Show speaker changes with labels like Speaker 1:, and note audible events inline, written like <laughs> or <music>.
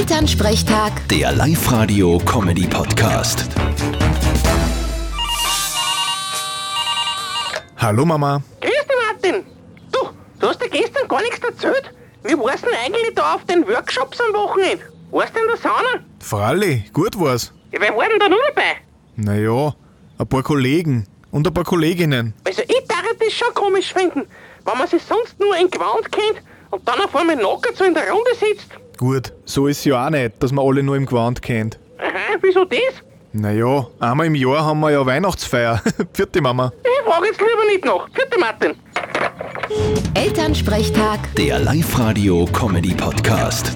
Speaker 1: Elternsprechtag,
Speaker 2: Der Live-Radio-Comedy-Podcast.
Speaker 3: Hallo Mama.
Speaker 4: Grüß dich, Martin. Du, du hast dir gestern gar nichts erzählt. Wie war's denn eigentlich da auf den Workshops am Wochenende? Warst du in der Sauna?
Speaker 3: Fralli, gut war's.
Speaker 4: Ja, wer war denn da nur dabei?
Speaker 3: Naja, ein paar Kollegen und ein paar Kolleginnen.
Speaker 4: Also ich darf das schon komisch finden, wenn man sich sonst nur ein Gewand kennt und dann auf einmal nackert so in der Runde sitzt.
Speaker 3: Gut, so ist ja auch nicht, dass man alle nur im Gewand kennt.
Speaker 4: Aha, wieso das?
Speaker 3: Naja, einmal im Jahr haben wir ja Weihnachtsfeier. <laughs> Vierte Mama.
Speaker 4: Ich frage jetzt lieber nicht nach. Vierte Martin.
Speaker 1: Elternsprechtag.
Speaker 2: Der Live-Radio-Comedy-Podcast.